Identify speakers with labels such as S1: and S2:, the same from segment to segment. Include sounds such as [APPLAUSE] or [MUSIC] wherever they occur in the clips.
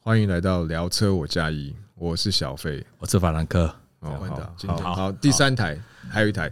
S1: 欢迎来到聊车我加一，我是小飞。
S2: 我是法兰克，
S1: 哦，
S2: 好
S1: 换到
S2: 好
S1: 今天
S2: 好嗯
S1: 好，第三台还有一台，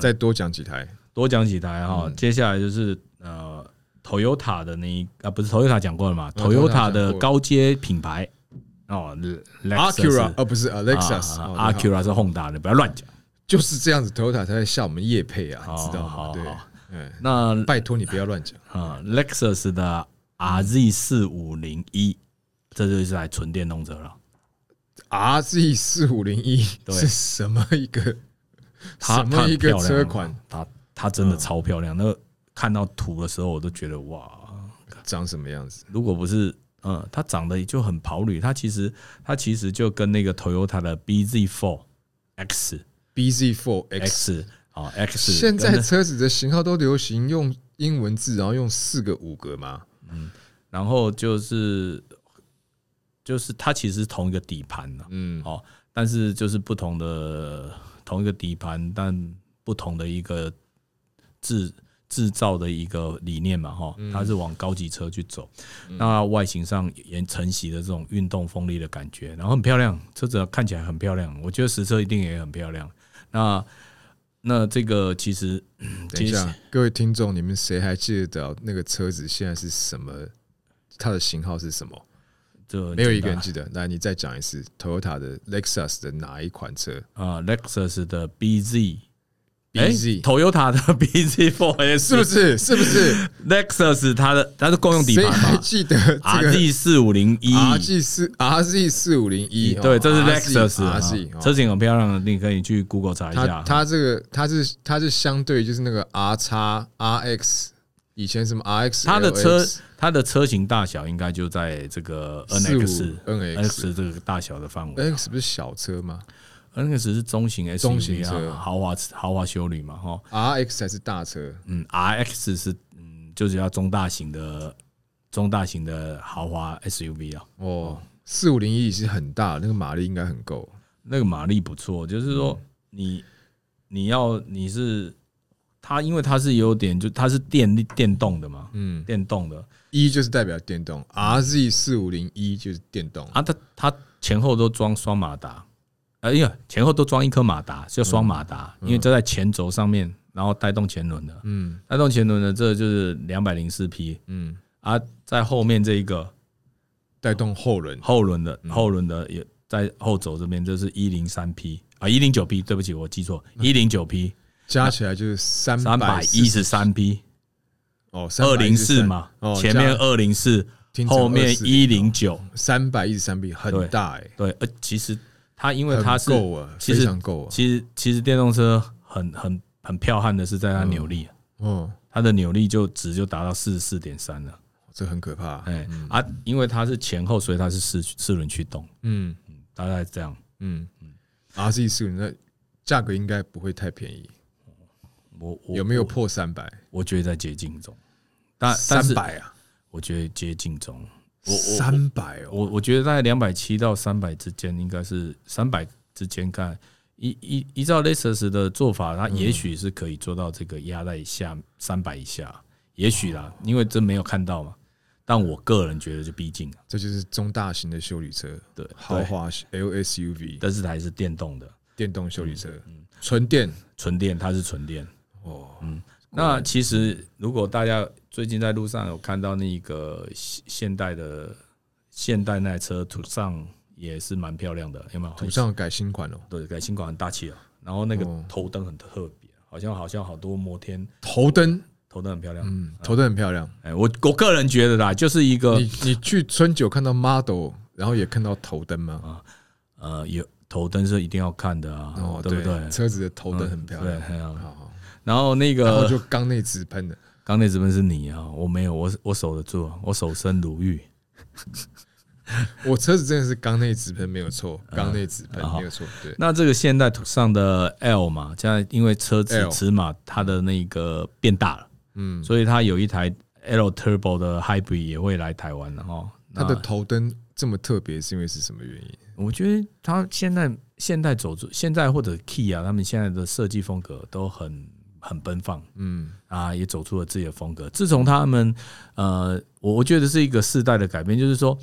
S1: 再多讲几台。
S2: 多讲几台
S1: 嗯
S2: 哈。接下来就是呃，Toyota 的那一啊，不是 Toyota 讲过了嘛
S1: 哦，Toyota
S2: ？Toyota
S1: 讲
S2: 的
S1: 过
S2: 高阶品牌哦
S1: Acura
S2: ，Acura
S1: 哦，不是 Alexus，哦
S2: 啊，Acura 是 Honda 的，不要乱讲。
S1: 就是这样子，Toyota 才在笑我们叶配啊，你
S2: 哦
S1: 知道吗？
S2: 好
S1: 对
S2: 好，
S1: 嗯，
S2: 那
S1: 拜托你不要乱讲。
S2: 啊，Lexus 的 RZ 四五零一，这就是台纯电动车了。
S1: RZ 四五零一
S2: 对
S1: 是什么一个
S2: 它
S1: 什
S2: 它
S1: 么
S2: 很
S1: 一个
S2: 漂亮
S1: 车
S2: 啊
S1: 款？，嗯
S2: 它它真的超漂亮。那个看到图的时候，我都觉得哇，
S1: 长什么样子？
S2: 如果不是嗯，它长得就很跑女，它其实它其实就跟那个 Toyota 的 BZ4 X
S1: BZ4 X，
S2: X 啊 X，
S1: 现在
S2: 跟
S1: 车子的型号都流行用英文字，然后用四个五个嘛。
S2: 然后就是就是它其实是同一个底盘呢、
S1: 嗯，
S2: 哦，但是就是不同的同一个底盘，但不同的一个制制造的一个理念嘛，哈，
S1: 嗯
S2: 它是往高级车去走。那外形上也承袭的这种运动风力的感觉，然后很漂亮，车子看起来很漂亮，我觉得实车一定也很漂亮。那那这个其实，
S1: 等一
S2: 其实
S1: 下，各位听众，你们谁还记得到那个车子现在是什么？它的型号是什么？
S2: 这
S1: 没有一个人记得。来，你再讲一次，Toyota 的 Lexus 的哪一款车
S2: 啊，Lexus 的 BZ。
S1: BZ
S2: 哎 Toyota 的 [LAUGHS] BZ4S
S1: 是不是？是不是？
S2: Lexus 它的它是共用底
S1: 谁
S2: 盘嘛？
S1: 还记得 [LAUGHS] 这个
S2: RZ 四五零一，
S1: RG 四 RZ 四五零一？
S2: E
S1: 哦
S2: 对，这是 Lexus 啊
S1: RZ
S2: 车。型很漂亮的，你可以去 Google 查一
S1: 它
S2: 下。
S1: 哦它这个它是它是相对就是那个 R 叉 RX，以前什么 RX，
S2: 它的车它的车型大小应该就在这个 NX
S1: NX
S2: NX 这个大小的范围。
S1: NX 不是小车吗
S2: NX 是中型 SUV
S1: 中型车
S2: 啊，豪华豪华修旅嘛，哈，
S1: ？RX 才是大车。
S2: 嗯，RX 是嗯就是要中大型的中大型的豪华 SUV 啊。
S1: 哦，四五零一是很大，那个马力应该很够。
S2: 那个马力不错，就是说
S1: 嗯
S2: 你你要你是它，因为它是有点就它是电力电动的嘛，
S1: 嗯，
S2: 电动的
S1: 一就是代表电动，RZ 四五零一就是电动。
S2: 啊，它它前后都装双马达，哎呀，前后都装一颗马达，叫
S1: 嗯
S2: 双马达，因为这在前轴上面，然后带动前轮的，
S1: 嗯
S2: 带动前轮的这就是两百零四匹
S1: 嗯，
S2: 啊，在后面这一个
S1: 带动后轮。
S2: 后轮的
S1: 嗯
S2: 后轮的也在后轴这边，这是一零三匹啊，一零九匹，对不起，我记错，一零九匹，
S1: 加起来就是三
S2: 三百一十三匹。
S1: 哦，
S2: 二零四嘛，
S1: 哦，
S2: 前面二零四，后面一零九，
S1: 三百一十三匹，很大哎、
S2: 对，呃，其实它因为
S1: 很
S2: 它是，
S1: 够啊，
S2: 其
S1: 非
S2: 实
S1: 常够啊。
S2: 其实其实电动车很很很彪悍的是在它扭力，啊
S1: 哦，
S2: 它的扭力就值就达到四十四点三了，
S1: 这很可怕。
S2: 哎啊，因为它是前后，所以它是四四轮驱动，
S1: 嗯
S2: 大概这样，
S1: 嗯，RZ 四五那价格应该不会太便宜，
S2: 我我
S1: 有没有破三百？
S2: 我觉得在接近中，但但
S1: 三
S2: 是
S1: 百啊，
S2: 我觉得接近中，我我
S1: 三百哦，
S2: 我我觉得在两百七到三百之间，应该是三百之间看。依依依照 Lexus 的做法，它
S1: 嗯
S2: 也许是可以做到这个压在下三百以下，也许啦，因为真没有看到嘛。但我个人觉得就逼近了，
S1: 这就是中大型的修理车，
S2: 对，
S1: 豪
S2: 对，
S1: 华 LSUV
S2: 但是它还是电动的，
S1: 电动修理车，
S2: 嗯
S1: 纯电
S2: 纯电，它是纯电。
S1: 哦，
S2: 那其实如果大家最近在路上有看到那个现现代的现代那台车，土上也是蛮漂亮的，有没有？
S1: 土上改新款哦，
S2: 对，改新款很大气哦。然后那个
S1: 哦
S2: 头灯很特别，好像好像好多摩天
S1: 头灯，
S2: 头灯很漂亮。
S1: 嗯，头灯很漂亮。
S2: 哎，我我个人觉得啦，就是一个
S1: 你你去春酒看到 model，然后也看到头灯吗？
S2: 呃，有头灯是一定要看的啊，
S1: 哦，
S2: 对不对？
S1: 车子的头灯很漂
S2: 对，
S1: 亮。
S2: 哎呀
S1: 好好
S2: 然后那
S1: 然后
S2: 个
S1: 就缸内直喷的，
S2: 刚那直奔是你啊，我没有，我我守得住啊，我守身如玉。
S1: 我车子真的是缸内直喷没有错，
S2: 嗯
S1: 缸内直喷
S2: 好
S1: 没有错，对，
S2: 那这个现代上的 L 嘛，现在因为车子
S1: L
S2: 尺码它的那个变大了，
S1: 嗯，
S2: 所以它有一台 L Turbo 的 Hybrid 也会来台湾了哈。
S1: 它的头灯这么特别是因为是什么原因？
S2: 我觉得他现在现代走出现在或者 Key 啊，他们现在的设计风格都很很奔放
S1: 嗯，
S2: 啊，也走出了自己的风格。自从他们呃，我我觉得是一个世代的改变，就是说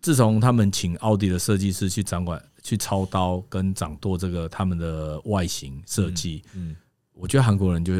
S2: 自从他们请奥迪的设计师去掌管、去操刀跟掌舵这个他们的外形设计，
S1: 嗯，
S2: 我觉得韩国人就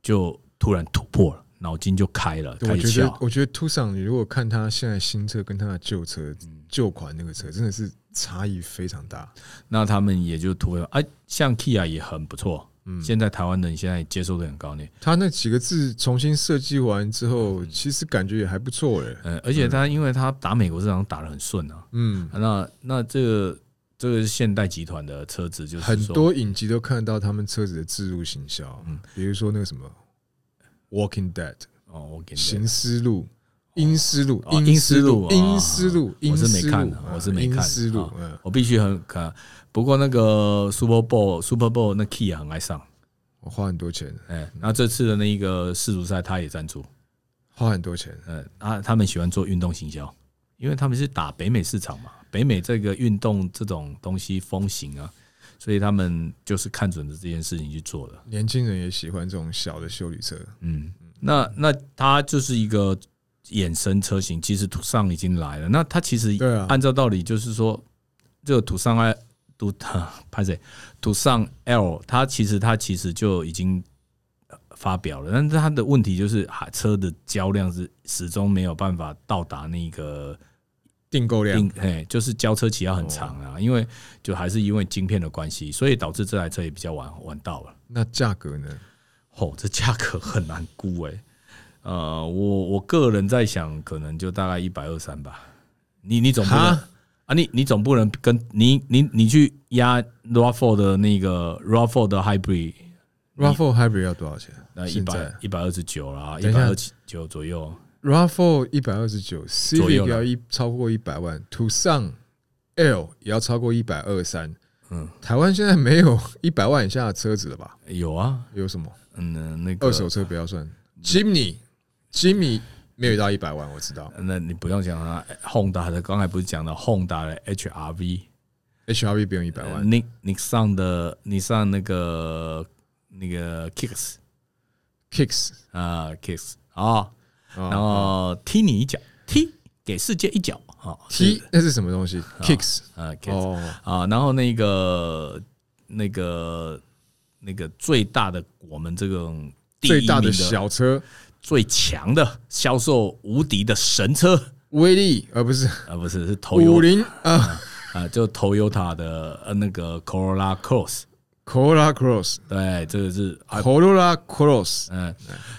S2: 就突然突破了，脑筋就开了，
S1: 嗯我
S2: 开
S1: 觉
S2: 窍
S1: 得。我觉得 Tucson，你如果看它现在新车跟它的旧车旧款那个车，真的是差异非常大。
S2: 那他们也就突破了。哎、像 Kia 也很不错，
S1: 嗯，
S2: 现在台湾人现在接受度很高呢。
S1: 它那几个字重新设计完之后，
S2: 嗯
S1: 其实感觉也还不错欸诶。
S2: 呃，而且他因为他打美国市场打得很顺啊，
S1: 嗯，
S2: 那那这个这个是现代集团的车子，就是
S1: 很
S2: 说
S1: 多影集都看到他们车子的置入行销，
S2: 嗯
S1: 比如说那个什么《Walking Dead》
S2: 哦，我给你
S1: 行尸路。阴尸路，
S2: 哦
S1: 阴
S2: 阴尸
S1: 尸
S2: 路
S1: 路，
S2: 啊
S1: 阴尸路，
S2: 我
S1: 阴
S2: 是
S1: 尸
S2: 没
S1: 路
S2: 看啊
S1: 啊
S2: 我是没看
S1: 阴尸路
S2: 啊，
S1: 嗯，
S2: 我必须很看。不过那个 Super Bowl Super Bowl 那 Key 啊很爱上，
S1: 我花很多钱，
S2: 哎、那这次的那一个世足赛他也赞助，
S1: 花很多钱，
S2: 嗯、啊，他们喜欢做运动行销，因为他们是打北美市场嘛，北美这个运动这种东西风行啊，所以他们就是看准了这件事情去做的。
S1: 年轻人也喜欢这种小的修理车，
S2: 嗯，那那它就是一个衍生车型，其实途尚已经来了。那它其实
S1: 对啊
S2: 按照道理就是说，这个途尚 I 途 [LAUGHS] 拍谁途尚 L，它其实它其实就已经呃发表了，但是它的问题就是啊车的交量是始终没有办法到达那个
S1: 订购量
S2: 定，哎，就是交车期要
S1: 哦
S2: 很长啊，因为就还是因为晶片的关系，所以导致这台车也比较晚晚到了。
S1: 那价格呢？
S2: 哦，这价格很难估哎、呃，我我个人在想，可能就大概一百二三吧。你你总不能
S1: 哈
S2: 啊，你你总不能跟你你你去压 Rav4 的那个 Rav4 的 Hybrid，
S1: ，Rav4 Hybrid 要多少钱？
S2: 那一
S1: 现
S2: 百
S1: 在
S2: 一百二十九啦，一
S1: 等一
S2: 百
S1: 下
S2: 二十九左右。
S1: Rav4 一百二十九
S2: 左右
S1: ，Civic
S2: 啦
S1: 要一超过一百万，Tucson L 也要超过一百二三。
S2: 嗯，
S1: 台湾现在没有 [LAUGHS] 一百万以下的车子了吧？
S2: 有啊，
S1: 有什么
S2: 嗯，那个
S1: 二手车不要
S2: 啊
S1: 算，Jimny，Jimny 没有到一百万，我知道。
S2: 那你不用讲啊，Honda 的刚才不是讲了 Honda 的 HRV，
S1: HRV 不用一百
S2: 呃
S1: 万，
S2: ，Nik Nikon 的 Nikon 那个那个 Kicks。
S1: Kicks
S2: 啊，kiss 啊，
S1: 啊
S2: 然后踢你一脚，踢给世界一脚啊
S1: T 那是什么东西？Kicks
S2: 啊，kiss
S1: 哦，
S2: 啊，然后那个那个那个最大的我们这种第一
S1: 最大
S2: 名
S1: 的
S2: 的
S1: 小车
S2: 最强的销售无敌的神车
S1: 威力，呃而不是
S2: 啊，不是是头
S1: 五
S2: 油
S1: 菱啊
S2: 啊，就头油塔的呃那个 Corolla Cross，
S1: ，Corolla Cross。
S2: 对，这个是啊，
S1: Corolla Cross
S2: 嗯，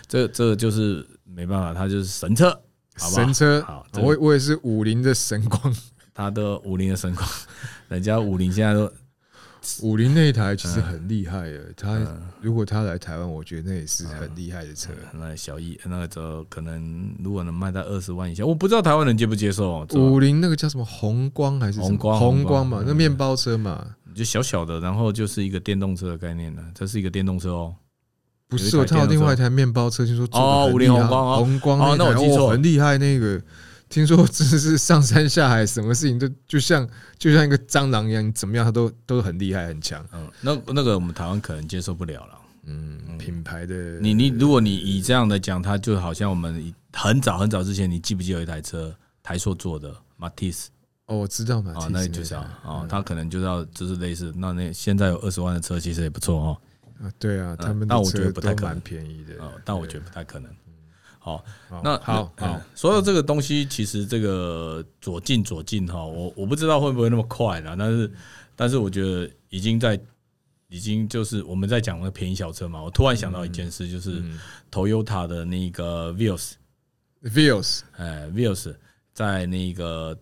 S2: 这这就是没办法，它就是神车，好不好
S1: 神车
S2: 好，，这个
S1: 我我也是五菱的神光。
S2: 他的五菱的神光，人家五菱现在都
S1: 五菱那一台其
S2: 嗯
S1: 实很厉害的，它如果它来台湾，我觉得那也是很厉害的车。
S2: 那小一那个时候可能如果能卖到二十万以下，我不知道台湾人接不接受，哦这
S1: 五菱啊那个叫什么红光还是什
S2: 红
S1: 么
S2: 光
S1: 红
S2: 红光
S1: 光嘛
S2: 嗯，
S1: 那面包车嘛，
S2: 就小小的，然后就是一个电动车的概念了，这是一个电动车哦。
S1: 不是
S2: 有
S1: 哦，
S2: 一台
S1: 它有
S2: 电动
S1: 另外
S2: 车
S1: 一台面包车，听说做得
S2: 哦
S1: 很
S2: 五菱
S1: 厉害
S2: 宏光哦
S1: 红光
S2: 哦那我
S1: 台
S2: 记错
S1: 哇
S2: 了
S1: 很厉害那个。听说真的是上山下海，什么事情都就像就像一个蟑螂一样，你怎么样它都都很厉害很强。
S2: 嗯，那那个我们台湾可能接受不了了。
S1: 嗯，品牌的
S2: 你你如果你以这样来讲，它就好像我们以很早很早之前，你记不记得有一台车台塑做的 Matiz
S1: 哦，我知道嘛，
S2: 啊，
S1: 其
S2: 那
S1: 实
S2: 就是啊，
S1: 嗯
S2: 哦它可能就要就是类似那那现在有二十万的车，其实也不错哦。
S1: 啊，对啊，他
S2: 嗯
S1: 们
S2: 但
S1: 的
S2: 我觉得
S1: 车
S2: 不太
S1: 都
S2: 可能
S1: 蛮便宜的
S2: 啊，，但我
S1: 对
S2: 觉得不太可能。哦好，
S1: 好
S2: 那
S1: 好
S2: 那
S1: 好
S2: 嗯，所有这个东西其实这个左进左进哈，我我不知道会不会那么快啦，但是但是我觉得已经在已经就是我们在讲那个便宜小车嘛，我突然想到一件事，就是
S1: 嗯
S2: Toyota 的那个 Vios，
S1: Vios
S2: 哎，Vios 在那个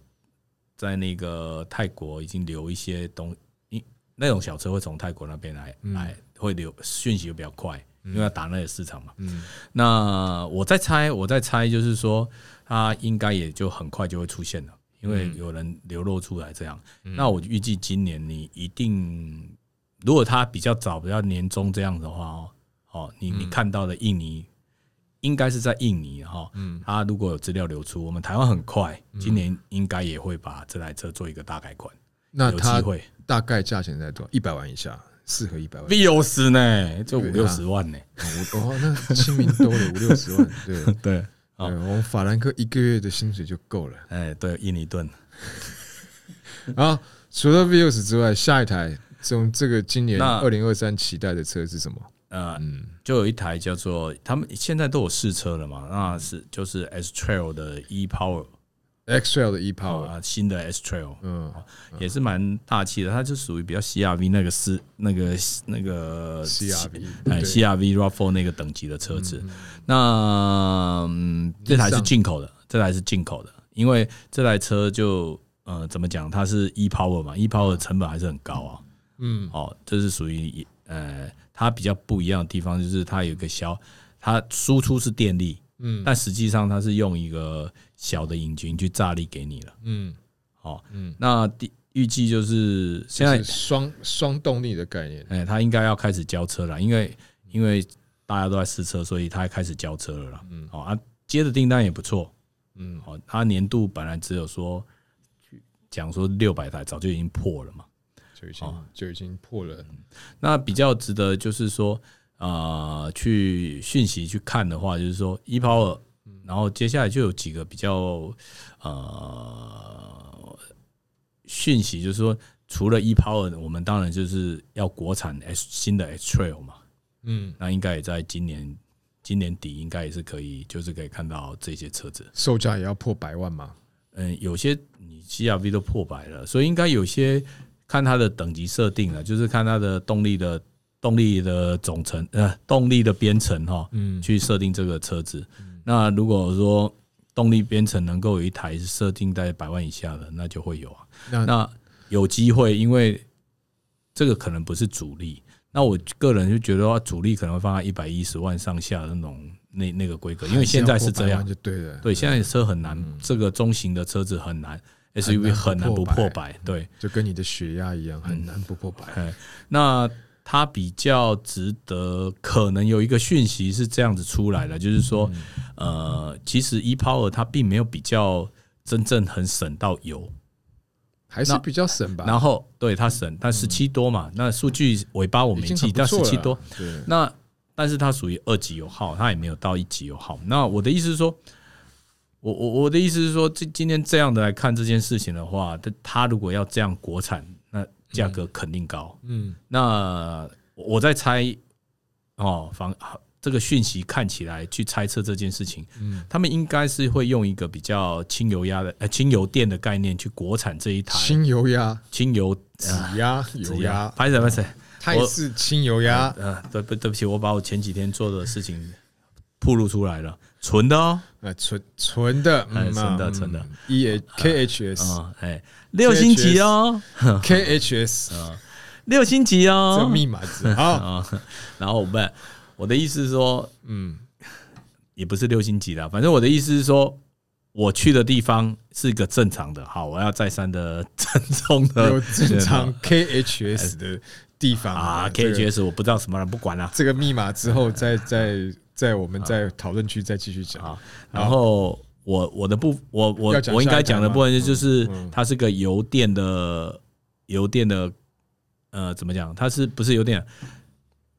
S2: 在那个泰国已经留一些东，因那种小车会从泰国那边来
S1: 嗯
S2: 来会留讯息会比较快，因为要打那个市场嘛。
S1: 嗯，
S2: 那我在猜，我在猜，就是说它应该也就很快就会出现了，因为
S1: 嗯
S2: 有人流露出来这样。那我预计今年你一定，如果它比较早，比较年终这样的话哦，哦，你
S1: 嗯
S2: 你看到的印尼。应该是在印尼哈，嗯，它如果有资料流出，我们台湾很快，
S1: 嗯
S2: 今年应该也会把这台车做一个大改款，
S1: 那
S2: 有
S1: 它
S2: 机会。
S1: 大概价钱在多少？一百万以下，适合一百万。
S2: Vios 呢，就五六十万呢， [LAUGHS]
S1: 哦，我哦那亲民多了五六十万，对，
S2: 对，
S1: 对
S2: 啊
S1: 我们法兰克一个月的薪水就够了。
S2: 哎，对，印尼盾，
S1: 啊，除了 Vios 之外，下一台从这个今年
S2: 那
S1: 二零二三期待的车是什么？
S2: 呃，
S1: 嗯
S2: 就有一台叫做他们现在都有试车了嘛，那是就是 S Trail 的 E Power
S1: Xtrail 的 E Power，、
S2: 啊，新的 S Trail
S1: 嗯，
S2: 也是蛮大气的，它就属于比较 CRV 那个是那个那个
S1: CRV
S2: 哎
S1: 对嗯
S2: CRV RAV4 那个等级的车子。那、嗯、这台是进口的，这台是进口的，因为这台车就呃怎么讲，它是 e power 嘛，e power 成本还是很高啊。嗯，哦，这是属于呃它比较不一样的地方，就是它有一个小，它输出是电力，嗯，但实际上它是用一个小的引擎去炸力给你了。
S1: 嗯，
S2: 哦，那第预计就是现在
S1: 是，双双动力的概念。
S2: 哎、他应该要开始交车了，因为因为大家都在试车，所以他开始交车了啦。嗯，哦啊，接的订单也不错，嗯，哦，他年度本来只有说讲说六百台，早就已经破了嘛。
S1: 就已经、就已经破了，
S2: 那比较值得就是说，呃，去讯息去看的话，就是说 e power，然后接下来就有几个比较呃讯息，就是说除了 e power，我们当然就是要国产 S 新的 S trail 嘛，
S1: 嗯，
S2: 那应该也在今年今年底应该也是可以，就是可以看到这些车子。
S1: 售价也要破百万嘛？
S2: 嗯，有些你 CRV 都破百了，所以应该有些看它的等级设定了，就是看它的动力的动力的总成呃动力的编程哈，嗯，去设定这个车子。
S1: 嗯
S2: 那如果说动力编程能够有一台是设定在百万以下的，那就会有啊。
S1: 那
S2: 那有机会，因为这个可能不是主力。那我个人就觉得话，主力可能会放在一百一十万上下的那种那那个规格，因为现在是这样
S1: 还要破百万，就对了，
S2: 对，现在车很难，这个中型的车子很难，SUV 很难
S1: 嗯不
S2: 不
S1: 破
S2: 破
S1: 百嗯
S2: 百。对，
S1: 就跟你的血压一样，很难不破百。
S2: 哎， [LAUGHS] 那它比较值得，可能有一个讯息是这样子出来
S1: 嗯
S2: 的，就是说，呃，其实 e power 它并没有比较真正很省到油，
S1: 还是比较省吧，嗯
S2: 然后对它省，但十七多嘛，那数据尾巴我
S1: 已
S2: 没
S1: 经
S2: 记
S1: 很，不
S2: 但
S1: 错
S2: 十
S1: 了
S2: 七多
S1: 啦，。对，
S2: 那但是它属于二级油耗，它也没有到一级油耗。那我的意思是说，我我我的意思是说，这今天这样的来看这件事情的话，它它如果要这样国产，那价格肯定高。
S1: 嗯，
S2: 那我我在猜哦，房这个讯息看起来去猜测这件事情，
S1: 嗯
S2: 他们应该是会用一个比较轻油压的呃轻油电的概念去国产这一台
S1: 轻油
S2: [LAUGHS]
S1: 压、
S2: 轻油
S1: 指压、呃油压，
S2: 拍什么谁？
S1: 泰式轻油压，
S2: 呃，对不对不起，我把我前几天做的事情暴露出来了，纯的哦，
S1: 呃，纯纯的，
S2: 哎
S1: 嗯，
S2: 纯的纯的
S1: ，E H K H S
S2: 啊、哎，六星级哦，
S1: K H S，
S2: 六星级
S1: 这
S2: 哦，
S1: 密码字好，
S2: 啊、然后我们我的意思是说，嗯，也不是六星级啦，反正我的意思是说，我去的地方是一个正常的，好，我要再三的 [LAUGHS] 正宗的
S1: 有正常 K H S 的地方
S2: 哎啊
S1: 这个
S2: ，KHS 我不知道什么人不管啦、
S1: 这个密码之后，
S2: 哎
S1: 再再再我们在讨论区再继续讲
S2: 啊。然后我我的部我我
S1: 要讲
S2: 我应
S1: 下一
S2: 该
S1: 台
S2: 讲的
S1: 吗嗯
S2: 部分就是它是个油电的油电的呃怎么讲？它是不是油电？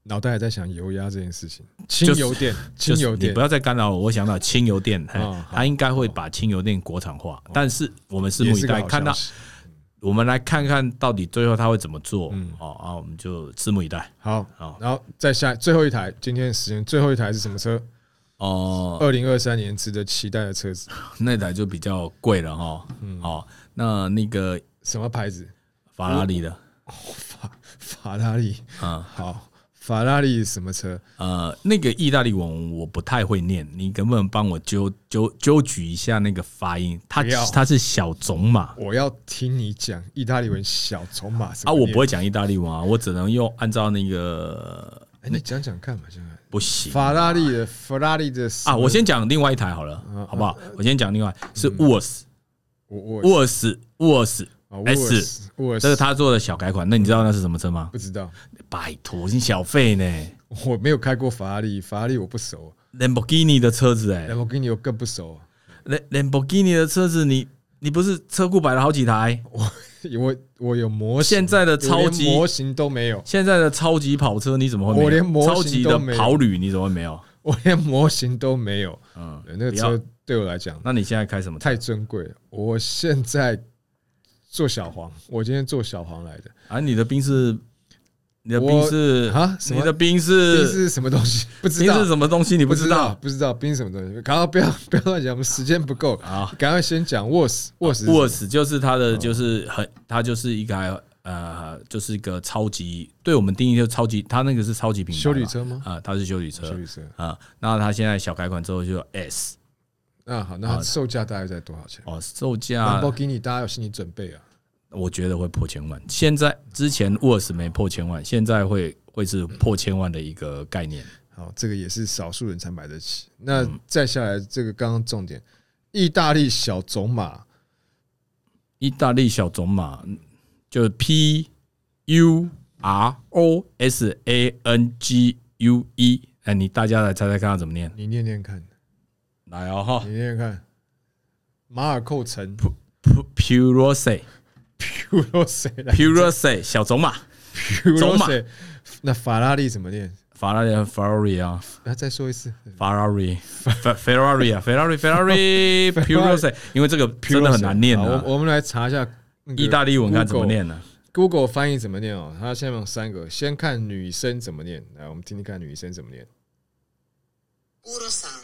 S1: 脑袋还在想油压这件事情，轻油电，
S2: 就
S1: 轻
S2: 是
S1: 油
S2: 你
S1: 电
S2: 不要再干扰我，我想到轻油电，嘿
S1: 哦好
S2: 它应该会把轻油电国产化。但是我们拭
S1: 也
S2: 目以
S1: 是个
S2: 待，
S1: 好
S2: 看
S1: 消
S2: 到
S1: 息
S2: 我们来看看到底最后它会怎么做。
S1: 嗯
S2: 哦啊，我们就拭目以待。
S1: 好
S2: 好，
S1: 然后再下最后一台，今天的时间最后一台是什么车？
S2: 哦，
S1: 二零二三年值得期待的车子，
S2: 那台就比较贵了哈。
S1: 嗯
S2: 哦，那那个
S1: 什么牌子？
S2: 法拉利的，
S1: 法法拉利。
S2: 嗯，
S1: 好，法拉利是什么车？
S2: 呃，那个意大利文我不太会念，你能不能帮我纠纠纠举一下那个发音？它
S1: 不要
S2: 它是小种马
S1: 我要听你讲意大利文小种马什么
S2: 啊，我
S1: 念
S2: 不会讲意大利文啊，我只能用按照那个
S1: 哎，你讲讲看嘛，现在
S2: 不行
S1: 法拉利的法拉利的
S2: 啊，我
S1: 什么
S2: 先讲另外一台好了，好不好？我先讲另外是沃斯
S1: 我我
S2: 沃斯沃斯
S1: 啊沃
S2: S，
S1: 斯沃
S2: 这是
S1: 斯，
S2: 他做的小改款，那你知道那是什么车吗
S1: 不？知道，
S2: 拜托，你小费呢？
S1: 我没有开过法拉利，法拉利我不熟，
S2: 兰博基尼的车子哎、
S1: 兰博基尼我更不熟，
S2: 兰兰博基尼的车子你你不是车库摆了好几台？
S1: [LAUGHS] 我我有模型，
S2: 现在的超级
S1: 我连模型都没有， [LAUGHS]
S2: 现在的超级跑车你怎么会没有？
S1: 我连模型
S2: 超级
S1: 都
S2: 的
S1: 没有
S2: 跑旅你怎么会没有？
S1: 我连模型都没有。
S2: 嗯
S1: 对，那个
S2: 不要
S1: 车对我来讲
S2: 那你现在开什么车？
S1: 太珍贵了。我现在做小黄，我今天做小黄来的
S2: 啊，你的兵是，你的兵
S1: 我
S2: 是
S1: 啊？什
S2: 你
S1: 么
S2: 的兵
S1: 冰
S2: 是
S1: 是什么东西？ [LAUGHS] 不知
S2: 兵
S1: 道
S2: 是，什么东西？你
S1: 你
S2: 不
S1: 知
S2: 知道
S1: 不知道冰是什么东西？赶快不要不要乱讲，我们时间不够，
S2: 啊
S1: 赶快先讲 WOS WOS
S2: ？Words 就是它
S1: 嗯
S2: 的，就是很，它就是一个呃，就是一个超级，对我们定义就是超级，它那个是超级品牌嘛
S1: 修理车吗？
S2: 啊，它是修理车
S1: 修理车
S2: 啊。那它现在小改款之后就有 S
S1: 啊，好，那它售价大概在多少钱？
S2: 哦，售
S1: 兰
S2: 价
S1: 博基尼大家有心理准备啊。
S2: 我觉得会破千万。现在之前 Words 没破千万，现在会会是破千万的一个概念。
S1: 好，这个也是少数人才买得起。那
S2: 嗯
S1: 再下来，这个刚刚重点，意大利小种马
S2: 意大利小种马，就是 P U R O S A N G U E。哎，你大家来猜猜看它怎么念？
S1: 你念念看，
S2: 来哦哈
S1: 你念念看，马尔寇城
S2: ，Purose
S1: Puro 谁来
S2: Purose 小种马，种
S1: Puro
S2: 马
S1: 谁？那法拉利怎么念？
S2: 法拉利 Ferrari 啊
S1: 那再说一次，
S2: ，Ferrari [LAUGHS] Fer- Ferrari 啊，Ferrari Ferrari Purose，因为这个真的很难念
S1: 好
S2: 啊。
S1: 我我们来查一下那个
S2: 意大利文看怎么念呢？
S1: Google 翻译怎么念哦？它下面有三个，先看女生怎么念，来，我们听听看女生怎么念。
S3: Urosan,